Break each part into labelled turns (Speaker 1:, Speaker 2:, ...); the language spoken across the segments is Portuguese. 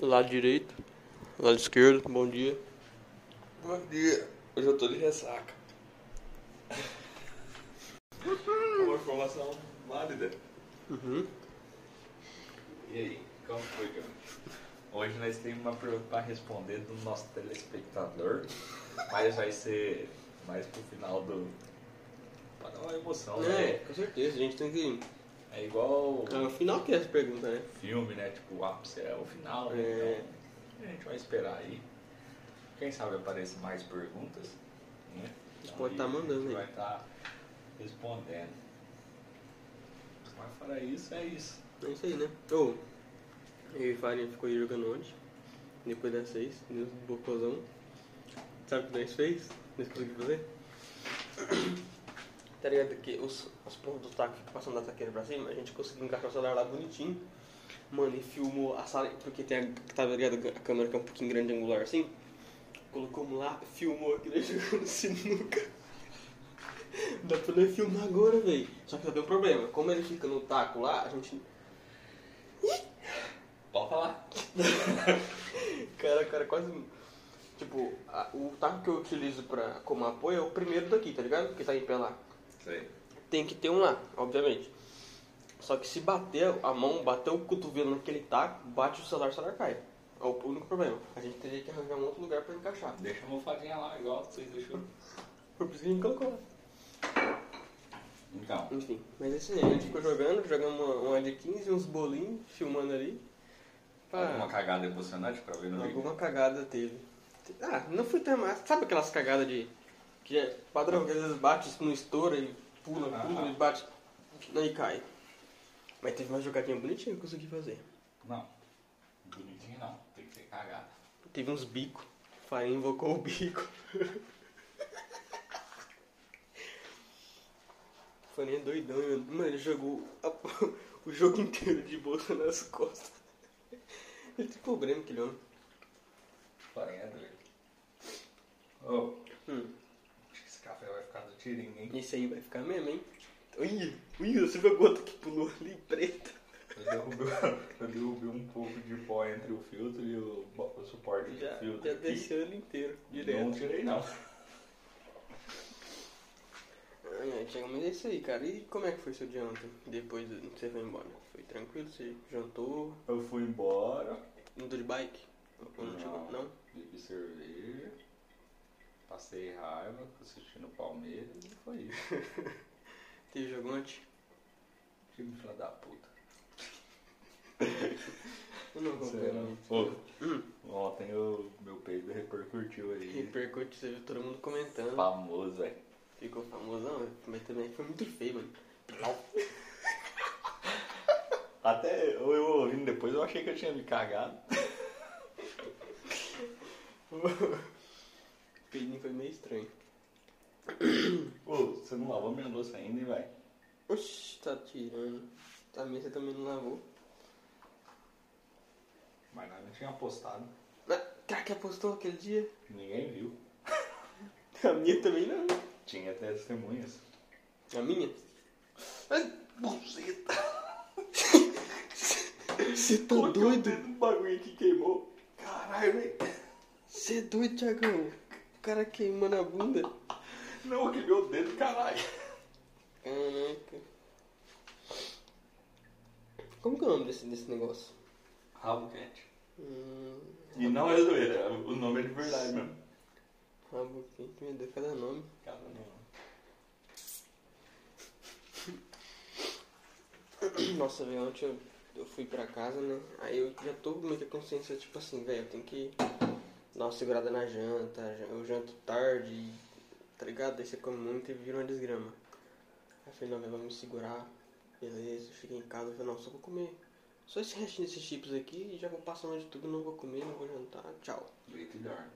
Speaker 1: Lado direito, lado esquerdo, bom dia.
Speaker 2: Bom dia, hoje eu tô de ressaca. Uma informação válida.
Speaker 1: Uhum.
Speaker 2: E aí, como foi, cara? Hoje nós temos uma pergunta para responder do nosso telespectador, mas vai ser mais pro final do. Pra dar uma emoção,
Speaker 1: É,
Speaker 2: né?
Speaker 1: com certeza, a gente tem que.
Speaker 2: É igual
Speaker 1: É o final que é essa pergunta, né?
Speaker 2: filme, né? Tipo, o ápice é o final, né?
Speaker 1: É.
Speaker 2: Então, a gente vai esperar aí. Quem sabe apareçam mais perguntas, né? Então,
Speaker 1: pode tá
Speaker 2: aí
Speaker 1: mandando
Speaker 2: a gente
Speaker 1: aí.
Speaker 2: Vai estar respondendo. Mas fora isso, é isso.
Speaker 1: É isso aí, né? Ou, eu e Farinha ficou aí jogando ontem, depois das seis, deu um bocozão. Sabe o que nós fez? Nós conseguimos fazer? Tá ligado que os, os pontos do taco ficam passando da taqueira pra cima, a gente conseguiu encaixar o celular lá bonitinho. Mano, e filmou a sala, porque tem a, tá ligado, a câmera que é um pouquinho grande angular assim. Colocamos lá, filmou aquele jogando sinuca. Dá pra nós filmar agora, velho. Só que só tem um problema. Como ele fica no taco lá, a gente.
Speaker 2: Pode falar.
Speaker 1: Cara, cara, quase. Tipo, a- o taco que eu utilizo pra, como apoio é o primeiro daqui, tá ligado? Que tá em pé lá.
Speaker 2: Sei.
Speaker 1: Tem que ter um lá, obviamente. Só que se bater a mão, bater o cotovelo naquele taco, bate o celular, o celular cai. É o único problema. A gente teria que arranjar um outro lugar pra encaixar.
Speaker 2: Deixa uma almofadinha lá, igual vocês deixaram.
Speaker 1: Por isso que a gente colocou lá.
Speaker 2: Então,
Speaker 1: Enfim, mas assim, a gente ficou jogando, jogamos uma, uma de 15, uns bolinhos, filmando ali. Pra-
Speaker 2: alguma cagada emocionante pra ver no vídeo?
Speaker 1: Alguma cagada teve. Ah, não fui ter mais. Sabe aquelas cagadas de. que é padrão, que às vezes bate, não estoura e pula,
Speaker 2: Ah,
Speaker 1: pula
Speaker 2: ah.
Speaker 1: e bate. Daí cai. Mas teve uma jogadinha bonitinha que eu consegui fazer.
Speaker 2: Não. Bonitinho não. Tem que ser cagada.
Speaker 1: Teve uns bicos. Farinha invocou o bico. Farinha é doidão, mano. Mano, ele jogou a- o jogo inteiro de bolsa nas costas. Ele tem problema, aquele homem.
Speaker 2: Porém, é doido. Ô,
Speaker 1: Hum.
Speaker 2: acho que esse café vai ficar do tirinho, hein?
Speaker 1: Esse aí vai ficar mesmo, hein? Ui, ui, você viu a gota que pulou ali, preta?
Speaker 2: Eu derrubei, eu derrubei um pouco de pó entre o filtro e o, bo- o suporte
Speaker 1: Já,
Speaker 2: do filtro.
Speaker 1: já
Speaker 2: aqui.
Speaker 1: desceu ele inteiro,
Speaker 2: Não
Speaker 1: direto.
Speaker 2: tirei, não.
Speaker 1: É, Thiago, mas é isso aí, cara. E como é que foi seu dia ontem? Depois que você foi embora? Foi tranquilo? Você jantou?
Speaker 2: Eu fui embora,
Speaker 1: Andou de bike? Ou não chegou?
Speaker 2: Não.
Speaker 1: Não?
Speaker 2: bebi cerveja, passei raiva assistindo o Palmeiras e foi isso.
Speaker 1: Teve jogo ontem?
Speaker 2: Time filha da puta.
Speaker 1: Eu não acompanhei.
Speaker 2: Ô,
Speaker 1: Hum,
Speaker 2: Ontem o meu peido repercutiu aí.
Speaker 1: repercute, você viu todo mundo comentando.
Speaker 2: Famoso, é. velho.
Speaker 1: Ficou famosão, né? mas também foi muito feio, mano.
Speaker 2: Até eu eu ouvindo depois, eu achei que eu tinha me cagado.
Speaker 1: O peidinho foi meio estranho.
Speaker 2: Ô, você não lavou minha louça ainda, hein, velho?
Speaker 1: Oxi, tá tirando. Também você também não lavou.
Speaker 2: Mas nós não tinha postado.
Speaker 1: Ah, Cara, que apostou aquele dia?
Speaker 2: Ninguém viu.
Speaker 1: A minha também não.
Speaker 2: Tinha até testemunhas.
Speaker 1: A minha?
Speaker 2: Buceta!
Speaker 1: Você tá
Speaker 2: Coloquei o
Speaker 1: doido?
Speaker 2: dedo no bagulho que queimou. Caralho, velho.
Speaker 1: Você é doido, Thiagão? O cara queimando a bunda.
Speaker 2: Não, queimou o dedo, caralho.
Speaker 1: Caraca. Como que é o nome desse, desse negócio?
Speaker 2: Rabo quente.
Speaker 1: Hum,
Speaker 2: E não é zoeira, o nome é de verdade mesmo.
Speaker 1: rabo quente, meu Deus, cada nome.
Speaker 2: Cara, não.
Speaker 1: Nossa, velho, ontem eu, eu fui pra casa, né? Aí eu já tô com muita consciência, tipo assim, velho, eu tenho que dar uma segurada na janta. ja- Eu janto tarde, tá ligado? Aí você come muito e vira uma desgrama. Aí eu falei, não, velho, vamos segurar. Beleza, eu cheguei em casa, eu falei, não, só vou comer. Só esse restinho desses chips aqui e já vou passar onde tudo, não vou comer, não vou jantar, tchau.
Speaker 2: Deito e dorme.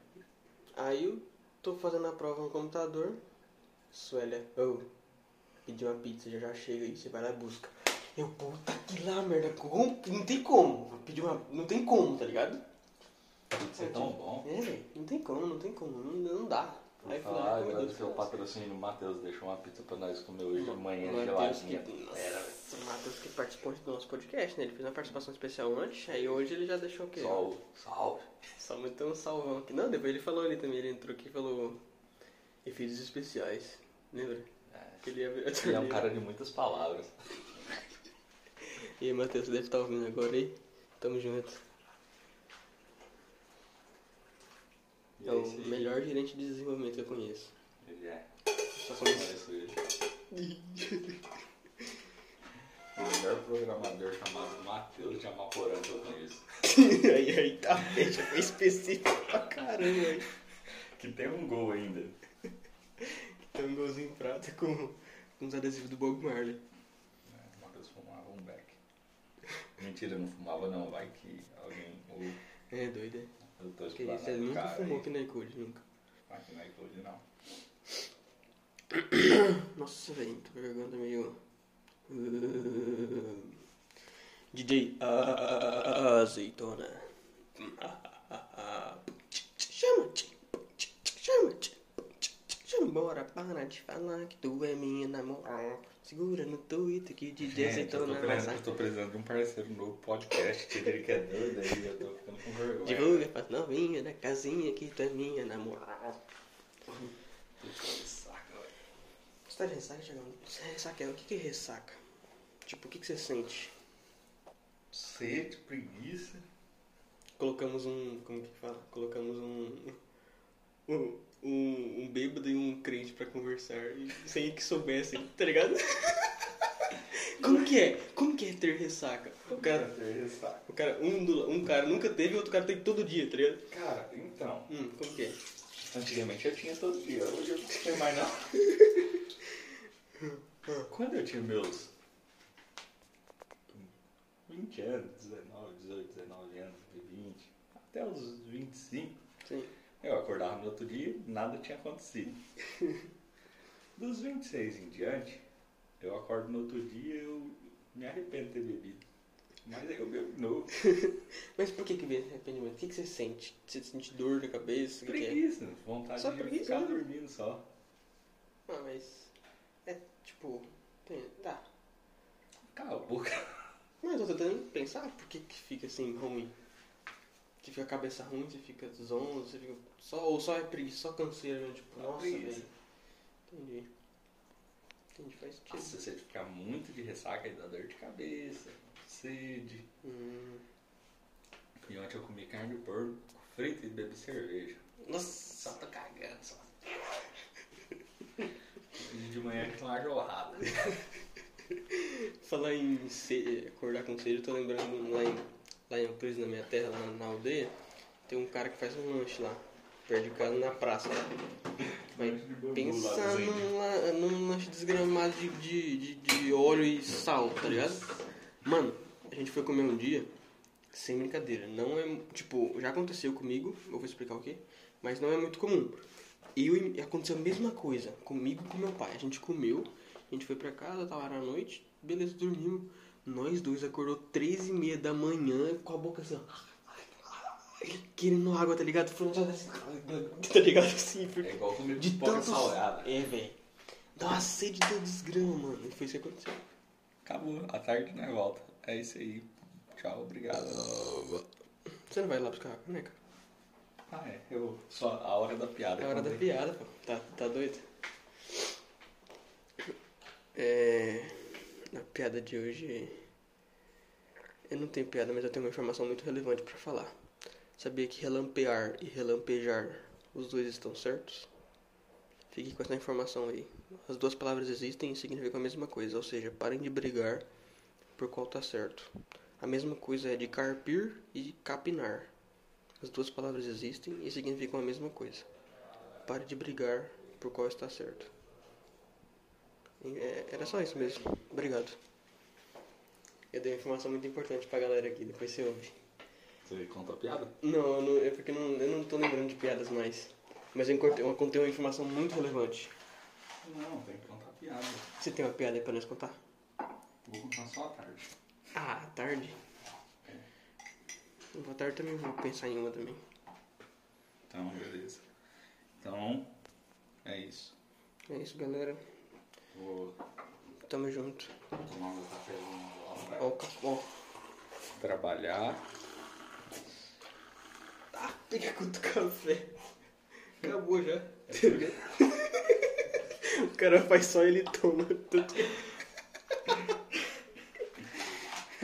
Speaker 1: Aí eu tô fazendo a prova no computador. Suélia, eu pedi uma pizza, já, já chega aí, você vai lá e busca. Eu, puta que lá, merda, como? Não tem como. Vou pedir uma. Não tem como, tá ligado?
Speaker 2: Você é tão bom.
Speaker 1: É, velho, não tem como, não tem como, não, não dá.
Speaker 2: Por
Speaker 1: Aí fui lá e
Speaker 2: falar,
Speaker 1: comi duas
Speaker 2: agradecer o
Speaker 1: pedaços.
Speaker 2: patrocínio, o Matheus deixou uma pizza pra nós comer hoje de manhã,
Speaker 1: Matheus que,
Speaker 2: geladinha.
Speaker 1: era o Matheus que participou do nosso podcast, né? Ele fez uma participação especial antes, aí hoje ele já deixou o quê?
Speaker 2: Salve, salve.
Speaker 1: Só meteu um salvão aqui. Não, depois ele falou ali também, ele entrou aqui e falou efeitos especiais. Lembra? Que ele ia ver
Speaker 2: Ele é um cara de muitas palavras.
Speaker 1: E aí, Matheus, você deve estar ouvindo agora aí. Tamo junto.
Speaker 2: E
Speaker 1: É
Speaker 2: é
Speaker 1: o
Speaker 2: isso aí.
Speaker 1: melhor gerente de desenvolvimento que eu conheço.
Speaker 2: Ele é.
Speaker 1: Só
Speaker 2: Como é
Speaker 1: conheço.
Speaker 2: isso aí? O melhor programador chamado Matheus de Amaporã que eu conheço.
Speaker 1: aí, aí, tá, já foi específico pra caramba aí.
Speaker 2: Que tem um gol ainda.
Speaker 1: Tem um golzinho prata com, com os adesivos do Bob Marley.
Speaker 2: É, O Matheus fumava um beck. Mentira, não fumava não, vai que alguém. Ou
Speaker 1: É doido, é?
Speaker 2: eu tô
Speaker 1: Porque você
Speaker 2: explanando o
Speaker 1: nunca
Speaker 2: cara
Speaker 1: fumou
Speaker 2: aí.
Speaker 1: aqui na iCode, nunca.
Speaker 2: Mas que não é iCloud não.
Speaker 1: Nossa, velho, tô jogando meio. Uh, DJ a- Azeitona. Chama, chama, chama. Bora, para de falar que tu é minha namorada. Segura no Twitter que DJ
Speaker 2: Gente, eu É, tô,
Speaker 1: Azeitona
Speaker 2: precisando,
Speaker 1: vai
Speaker 2: eu tô precisando de um parceiro novo podcast que ele que é doido aí, eu tô ficando com vergonha.
Speaker 1: Divulga pras novinha da casinha que tu é minha namorada.
Speaker 2: Puxa, que saco, velho.
Speaker 1: Você tá de ressaca, Thiagão? Você é Ressaca, é, o que que é ressaca? Tipo, o que que você sente?
Speaker 2: Sede, é preguiça.
Speaker 1: Colocamos um. Como que fala? Colocamos um. Um, um, um bêbado e um crente pra conversar. e Sem que soubessem, tá ligado? Como que é? Como que é ter ressaca? O cara.
Speaker 2: ter ressaca.
Speaker 1: O cara um, do- um cara nunca teve e outro cara tem todo dia, tá ligado?
Speaker 2: Cara, então.
Speaker 1: Hum, como que é?
Speaker 2: Antigamente eu tinha todo dia, hoje eu não tenho mais não.
Speaker 1: Ah.
Speaker 2: Quando eu tinha meus 20 anos, 19, 18, 19 anos, 20, até os 25,
Speaker 1: Sim.
Speaker 2: eu acordava no outro dia e nada tinha acontecido. Dos 26 em diante, eu acordo no outro dia e eu me arrependo de ter bebido. Mas aí eu bebo de novo.
Speaker 1: Mas por que que vem esse arrependimento? O que que você sente? Você sente dor na cabeça? O que que é?
Speaker 2: Preguiça, vontade
Speaker 1: Só
Speaker 2: de
Speaker 1: preguiça,
Speaker 2: ficar
Speaker 1: né?
Speaker 2: dormindo só.
Speaker 1: Ah, mas. É tipo. tem- Dá.
Speaker 2: Cala a boca.
Speaker 1: Mas eu tô tentando pensar por que, que fica assim ruim. Que fica a cabeça ruim, você fica zonzo, você fica. Só, ou só é preguiça, só canseira, né? tipo,
Speaker 2: Só
Speaker 1: nossa,
Speaker 2: preguiça.
Speaker 1: velho. Entendi. Entendi, faz sentido.
Speaker 2: Nossa, se você ficar muito de ressaca, aí dá dor de cabeça, sede.
Speaker 1: Hum.
Speaker 2: E ontem eu comi carne de porco frita e bebi cerveja. Só
Speaker 1: Nossa,
Speaker 2: tô cagando, só. E de manhã que uma jorrada.
Speaker 1: falar em se- acordar com sede, eu tô lembrando lá em, lá em Amplis, na minha terra, lá na aldeia, tem um cara que faz um lanche lá, perto de casa, na praça. Vai Pensa num, la- num lanche desgramado de, de, de, de óleo e sal, tá ligado? Mano, a gente foi comer um dia, sem brincadeira. Não é. Tipo, já aconteceu comigo, eu vou explicar o quê, mas não é muito comum. Eu e aconteceu a mesma coisa comigo e com meu pai. A gente comeu, a gente foi pra casa, tava era à noite, beleza, dormimos. Nós dois acordou 13 e meia da manhã com a boca assim, ó. Querendo água, tá ligado? Foi um negócio assim, Tá ligado assim? porque-
Speaker 2: É igual comer
Speaker 1: de
Speaker 2: pipoca
Speaker 1: tanto-
Speaker 2: salgada.
Speaker 1: É, velho. Dá uma sede do desgrama, mano. E foi isso que aconteceu.
Speaker 2: Acabou, à tarde nós volta. É isso aí. Tchau, obrigado.
Speaker 1: Você não vai lá buscar a caneca?
Speaker 2: Ah, é, eu. Só a hora da piada.
Speaker 1: É hora da
Speaker 2: Contei.
Speaker 1: piada, pô. Tá, tá doido? É. A piada de hoje. Eu não tenho piada, mas eu tenho uma informação muito relevante pra falar. Sabia que relampear e relampejar, os dois estão certos? Fique com essa informação aí. As duas palavras existem e significam a mesma coisa, ou seja, parem de brigar por qual tá certo. A mesma coisa é de carpir e capinar. As duas palavras existem e significam a mesma coisa. Pare de brigar por qual está certo. E, é, Era só isso mesmo. Obrigado. Eu dei uma informação muito importante pra galera aqui, depois você ouve.
Speaker 2: Você contou a piada?
Speaker 1: Não, eu não é porque eu não, eu não tô lembrando de piadas mais. Mas eu contei, eu contei uma informação muito relevante.
Speaker 2: Não, tem que contar a piada.
Speaker 1: Você tem uma piada aí pra nós contar?
Speaker 2: Vou contar só à tarde.
Speaker 1: Ah, tarde. Eu Vou tarde também, vou pensar em uma também.
Speaker 2: Então, beleza. Então, É isso.
Speaker 1: É isso, galera.
Speaker 2: Vou
Speaker 1: Tamo junto.
Speaker 2: tomar meu cafezinho lá. pra
Speaker 1: Ó, o café. Ó.
Speaker 2: Trabalhar.
Speaker 1: Ah, fica com o café. Acabou já. o cara faz só ele toma.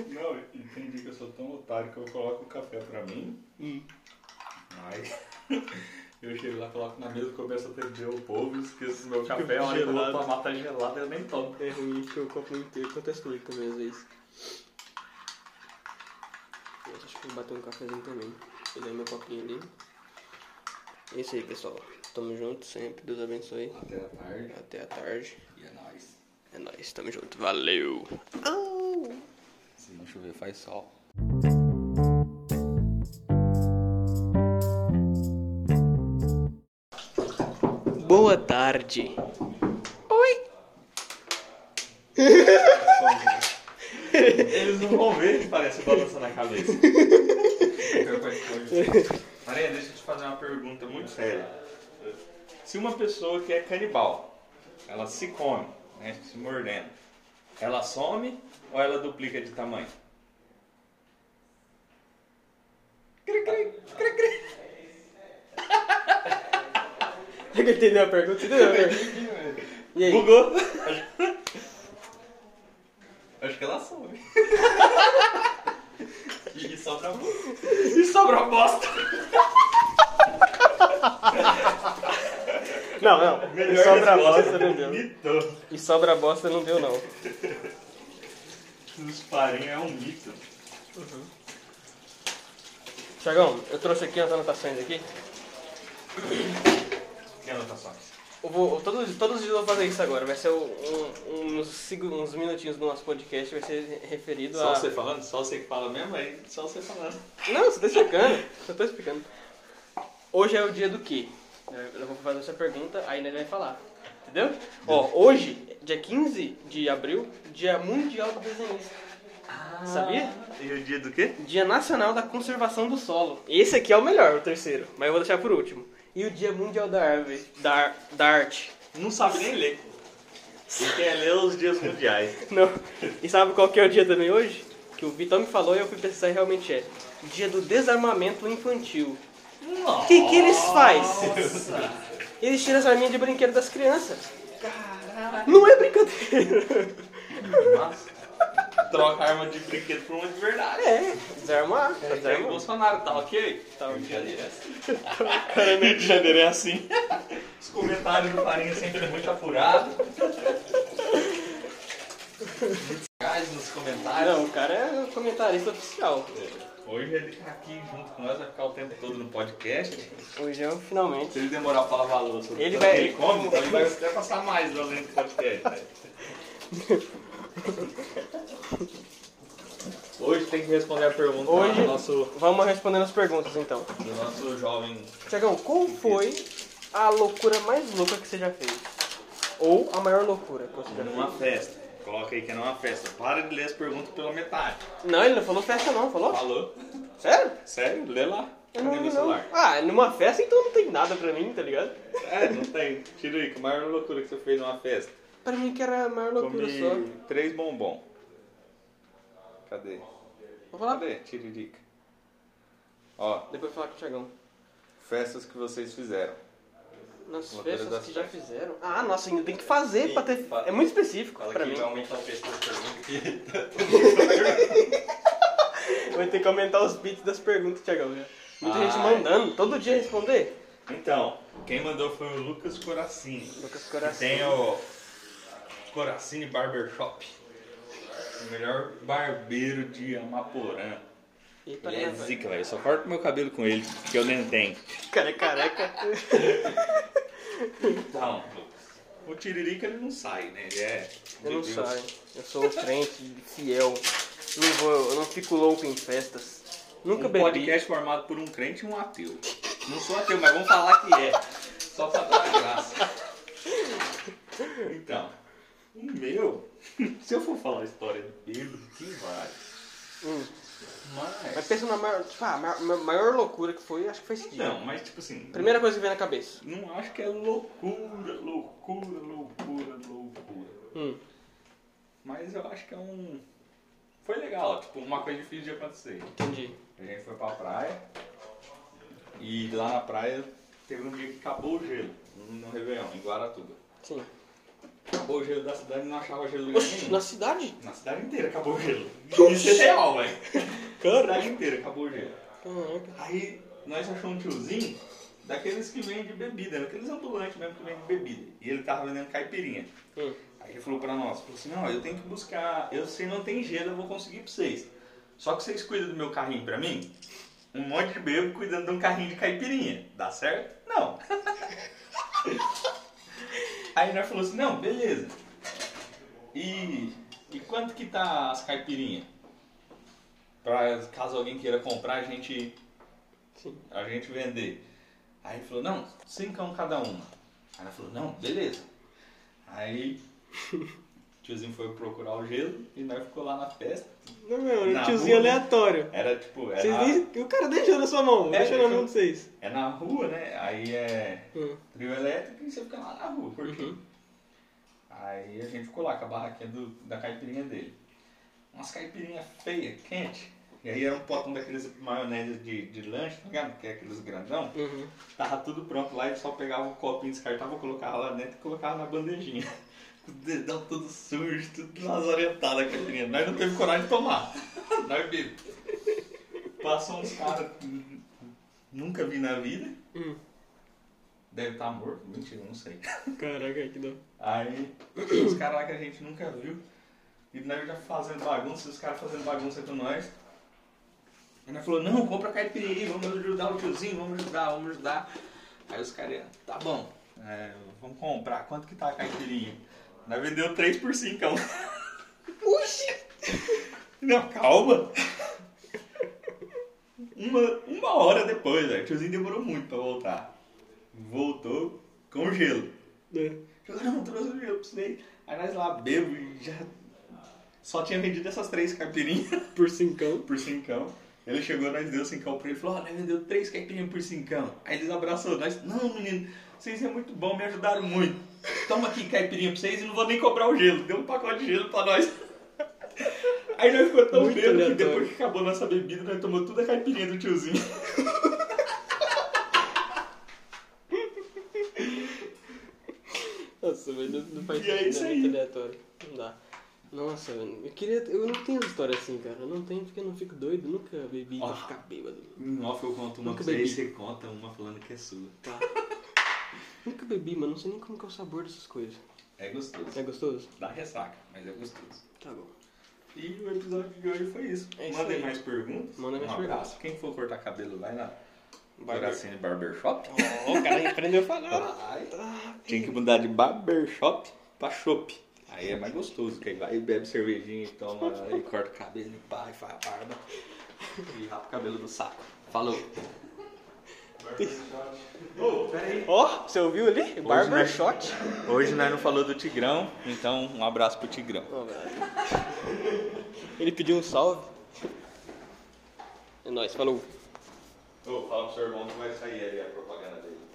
Speaker 2: Não, entendi que eu sou tão otário que eu coloco o café pra mim, mas eu chego lá, coloco na mesa, começo a atender o povo, esqueço meu café, a hora que eu vou
Speaker 1: gelado.
Speaker 2: tomar tá gelado, eu nem tomo.
Speaker 1: É ruim que eu copo inteiro. Acontece comigo também às vezes. Eu acho que vou bater um cafezinho também. Eu dei meu copinho ali. É isso aí, pessoal. Tamo junto sempre. Deus abençoe.
Speaker 2: Até a tarde,
Speaker 1: Até a tarde.
Speaker 2: e é nóis.
Speaker 1: É nóis. Tamo junto. Valeu.
Speaker 2: Se não chover, faz sol.
Speaker 1: Boa tarde. Oi.
Speaker 2: Eles não vão ver que parece balançando a cabeça. Maria, deixa eu te fazer uma pergunta muito séria. Se uma pessoa que é canibal, ela se come, né, se mordendo, ela some ou ela duplica de tamanho? Cri, cri, cri, cri.
Speaker 1: Você É entendeu a pergunta? Entendeu a pergunta? E aí?
Speaker 2: Bugou. Acho que ela some. E sobra bosta. E sobra bosta.
Speaker 1: Não, não. E sobra a bosta não deu.
Speaker 2: Mito.
Speaker 1: E sobra a bosta não deu, não.
Speaker 2: Os farinhos é um mito.
Speaker 1: Tiagão, eu trouxe aqui as anotações aqui.
Speaker 2: Que anotações?
Speaker 1: Eu vou, eu- todos, todos os dias eu vou fazer isso agora. Vai ser um- um- uns, segu- uns minutinhos do nosso podcast, vai ser referido
Speaker 2: Só
Speaker 1: a...
Speaker 2: você falando? Só você que fala mesmo? Aí só você falando.
Speaker 1: Não, você tá explicando. Eu tô explicando. Hoje é o dia do quê? Eu vou fazer essa pergunta, aí ele vai falar. Entendeu? Ó, hoje, dia 15 de abril, dia mundial do desenhista.
Speaker 2: Ah.
Speaker 1: Sabia?
Speaker 2: E o dia do quê?
Speaker 1: Dia Nacional da Conservação do Solo. Esse aqui é o melhor, o terceiro, mas eu vou deixar por último. E o Dia Mundial da Árvore, da, ar- da Arte.
Speaker 2: Não sabe nem ler. Ele quer ler os dias mundiais.
Speaker 1: Não. E sabe qual que é o dia também hoje? Que o Vitão me falou e eu fui pensar e realmente é. Dia do Desarmamento Infantil. O que, que eles fazem? Eles tiram as arminhas de brinquedo das crianças. Não é brincadeira.
Speaker 2: Troca a arma de brinquedo por uma de verdade.
Speaker 1: É, desarmar. pra
Speaker 2: Até o
Speaker 1: desarmar.
Speaker 2: Bolsonaro tá ok?
Speaker 1: Tá ok.
Speaker 2: Rio de Janeiro é assim. Rio de Janeiro é assim. Os comentários do Farinha sempre muito apurados. Muito sagaz nos
Speaker 1: Ah,
Speaker 2: comentários.
Speaker 1: não, o cara é comentarista oficial.
Speaker 2: Hoje ele tá aqui junto com nós, vai ficar o tempo todo no podcast.
Speaker 1: Hoje é o finalmente.
Speaker 2: Se ele demorar pra lavar a louça,
Speaker 1: Ele
Speaker 2: tanto que
Speaker 1: vai-
Speaker 2: ele come, então ele vai até passar mais lá dentro do podcast. né? Hoje tem que responder a pergunta
Speaker 1: Hoje-
Speaker 2: do, nosso,
Speaker 1: Vamos respondendo as perguntas então.
Speaker 2: do nosso jovem.
Speaker 1: Tiagão, qual foi a loucura mais louca que você já fez? Ou a maior loucura que você já fez?
Speaker 2: Numa festa. Coloca aí que é numa festa. Para de ler as perguntas pela metade.
Speaker 1: Não, ele não falou festa não, falou?
Speaker 2: Falou?
Speaker 1: Sério?
Speaker 2: Sério? Lê lá.
Speaker 1: Eu
Speaker 2: Cadê
Speaker 1: não,
Speaker 2: meu
Speaker 1: lembro,
Speaker 2: celular?
Speaker 1: não. Ah, numa festa então não tem nada pra mim, tá ligado?
Speaker 2: É, não tem. Tira aí, que a maior loucura que você fez numa festa.
Speaker 1: Pra mim que era a maior loucura
Speaker 2: Comi
Speaker 1: só.
Speaker 2: três bombom. Cadê?
Speaker 1: Vou falar,
Speaker 2: Cadê? Tiririca. Ó,
Speaker 1: depois eu falar com o Tiagão.
Speaker 2: festas que vocês fizeram.
Speaker 1: Nas
Speaker 2: Loucura
Speaker 1: festas
Speaker 2: das
Speaker 1: que já fizeram. Ah, nossa, ainda tem que fazer pra ter.
Speaker 2: fala- então.
Speaker 1: É muito específico pra mim.
Speaker 2: aumentar o peso das perguntas que
Speaker 1: Vai ter que aumentar os bits das perguntas, Tiagão. já. Muita gente
Speaker 2: Ai.
Speaker 1: mandando, todo dia responder.
Speaker 2: Então, quem mandou foi o Lucas Coracini.
Speaker 1: Lucas
Speaker 2: Que
Speaker 1: Coração.
Speaker 2: tem o Coracini Barbershop. O melhor barbeiro de Amaporã.
Speaker 1: Eita,
Speaker 2: Ele é
Speaker 1: né,
Speaker 2: zica, velho. Eu só corto meu cabelo com ele, que eu nem tenho.
Speaker 1: velho? Cara é careca.
Speaker 2: Então, Lucas. O Tiririca ele não sai, né? Ele é.
Speaker 1: Eu
Speaker 2: de
Speaker 1: não
Speaker 2: Deus.
Speaker 1: saio. Eu sou um crente fiel. Não vou, eu não fico louco em festas. Nunca
Speaker 2: um
Speaker 1: bebi.
Speaker 2: podcast formado por um crente e um ateu. Não sou ateu, mas vamos falar que é. Só pra dar graça. Então, o meu, se eu for falar a história dele, que vai.
Speaker 1: Hum. Mas
Speaker 2: Mas.
Speaker 1: pensa na maior, tipo, ah, a maior, ma- maior loucura que foi, acho que foi esse dia.
Speaker 2: Não, mas tipo assim.
Speaker 1: Primeira coisa que vem na cabeça.
Speaker 2: Não acho que é loucura, loucura, loucura, loucura.
Speaker 1: Hum.
Speaker 2: Mas eu acho que é um. Foi legal, tipo, uma coisa difícil de acontecer.
Speaker 1: Entendi.
Speaker 2: A gente foi pra praia. E lá na praia teve um dia que acabou o gelo. No Réveillon, em Guaratuba.
Speaker 1: Sim. Hum.
Speaker 2: Acabou o gelo da cidade e não achava gelo em lugar
Speaker 1: Oxi,
Speaker 2: nenhum.
Speaker 1: na cidade?
Speaker 2: Na cidade inteira acabou o gelo. Isso é real, velho. Na cidade inteira acabou o gelo.
Speaker 1: Caraca.
Speaker 2: Aí nós achamos um tiozinho daqueles que vende bebida, daqueles ambulantes mesmo que vende bebida. E ele tava vendendo caipirinha.
Speaker 1: Hum.
Speaker 2: Aí ele falou pra nós, falou assim, não, eu tenho que buscar, eu sei não tem gelo, eu vou conseguir pra vocês. Só que vocês cuidam do meu carrinho pra mim? Um monte de bebo cuidando de um carrinho de caipirinha. Dá certo? Não. Aí nós falou assim, não, beleza. E, e quanto que tá as caipirinhas? Pra caso alguém queira comprar, a gente
Speaker 1: Sim.
Speaker 2: a gente vender. Aí ele falou, não, cincão cada uma. Aí ela falou, não, beleza. Aí o tiozinho foi procurar o gelo e nós ficou lá na festa.
Speaker 1: Não, meu, era um
Speaker 2: Na
Speaker 1: tiozinho
Speaker 2: rua, né?
Speaker 1: aleatório.
Speaker 2: Era tipo,
Speaker 1: Vocês
Speaker 2: era,
Speaker 1: nem... O cara deixou na sua mão,
Speaker 2: É,
Speaker 1: deixou na
Speaker 2: deixou.
Speaker 1: mão de vocês.
Speaker 2: é na rua, né? Aí é
Speaker 1: Hum.
Speaker 2: trio elétrico e você fica lá na rua, curtindo.
Speaker 1: Uhum.
Speaker 2: Aí a gente ficou lá com a barraquinha do- da caipirinha dele. Umas caipirinhas feias, quente. E aí era um potão daqueles maionese de, de lanche, tá ligado? Que é aqueles grandão.
Speaker 1: Uhum.
Speaker 2: Tava tudo pronto lá, ele só pegava o copinho descartável, colocava lá dentro e colocava na bandejinha. Com o dedão todo sujo, tudo lazarentado a caipirinha. Nós não teve coragem de tomar. Nós bebemos. Passou uns caras que nunca vi na vida.
Speaker 1: Hum.
Speaker 2: Deve estar morto, mentira, não sei.
Speaker 1: Caraca, que dó.
Speaker 2: Aí, os caras lá que a gente nunca viu. E nós já fazendo bagunça, os caras fazendo bagunça com nós. Aí nós falou, não, compra caipirinha aí, vamos ajudar o tiozinho, vamos ajudar, vamos ajudar. Aí os caras, tá bom, é, vamos comprar, quanto que tá a caipirinha? Nós vendeu 3 por é 5.
Speaker 1: Oxi!
Speaker 2: Não, calma. Uma, uma hora depois, velho, o tiozinho demorou muito pra voltar. Voltou com gelo. Eu não trouxe o gelo pra você. Aí nós lá bebo e já. Só tinha vendido essas três caipirinhas
Speaker 1: Por cincão.
Speaker 2: por cincão. Ele chegou, nós deu cincão pra ele falou: Ó, nós vendeu três caipirinhas por cincão. Aí eles abraçou nós: Não, menino, vocês é muito bom, me ajudaram muito. Toma aqui caipirinha pra vocês e não vou nem cobrar o gelo. Deu um pacote de gelo pra nós. Aí nós ficou tão
Speaker 1: Muito
Speaker 2: bêbado que
Speaker 1: aleatório.
Speaker 2: depois que acabou nossa bebida, nós tomamos toda a caipirinha do tiozinho.
Speaker 1: Nossa, velho, não, não faz
Speaker 2: E é
Speaker 1: sentido,
Speaker 2: isso
Speaker 1: né?
Speaker 2: aí.
Speaker 1: Muito aleatório. Não dá. Nossa, velho, eu queria. Eu não tenho história assim, cara. Eu não tenho porque eu não fico doido. Nunca bebi pra
Speaker 2: Ah.
Speaker 1: ficar bêbado.
Speaker 2: Em off eu conto
Speaker 1: uma Nunca pra vocês,
Speaker 2: você conta uma falando que é sua.
Speaker 1: Tá. Nunca bebi, mano. Não sei nem como que é o sabor dessas coisas.
Speaker 2: É gostoso.
Speaker 1: É gostoso?
Speaker 2: Dá ressaca, mas é gostoso.
Speaker 1: Tá bom.
Speaker 2: E o episódio de hoje foi isso.
Speaker 1: É isso
Speaker 2: Mandem
Speaker 1: aí.
Speaker 2: mais perguntas.
Speaker 1: Manda mais
Speaker 2: um abraço. Quem for cortar cabelo vai na
Speaker 1: Barber.
Speaker 2: Baracine Barbershop.
Speaker 1: Ó, o cara aprendeu a falar.
Speaker 2: Tinha que mudar de barbershop pra shop. Aí é mais gostoso, que aí vai e bebe cervejinha e toma e corta o cabelo e pá, e faz a barba. E rapa o cabelo do saco. Falou. Ô, peraí.
Speaker 1: Ó, você ouviu ali?
Speaker 2: é
Speaker 1: Barbershot.
Speaker 2: Hoje nós não falou do Tigrão, então um abraço pro Tigrão.
Speaker 1: Ó, velho. Ele pediu um salve. É nóis, falou.
Speaker 2: Ô, fala pro seu irmão que vai sair ali a propaganda dele.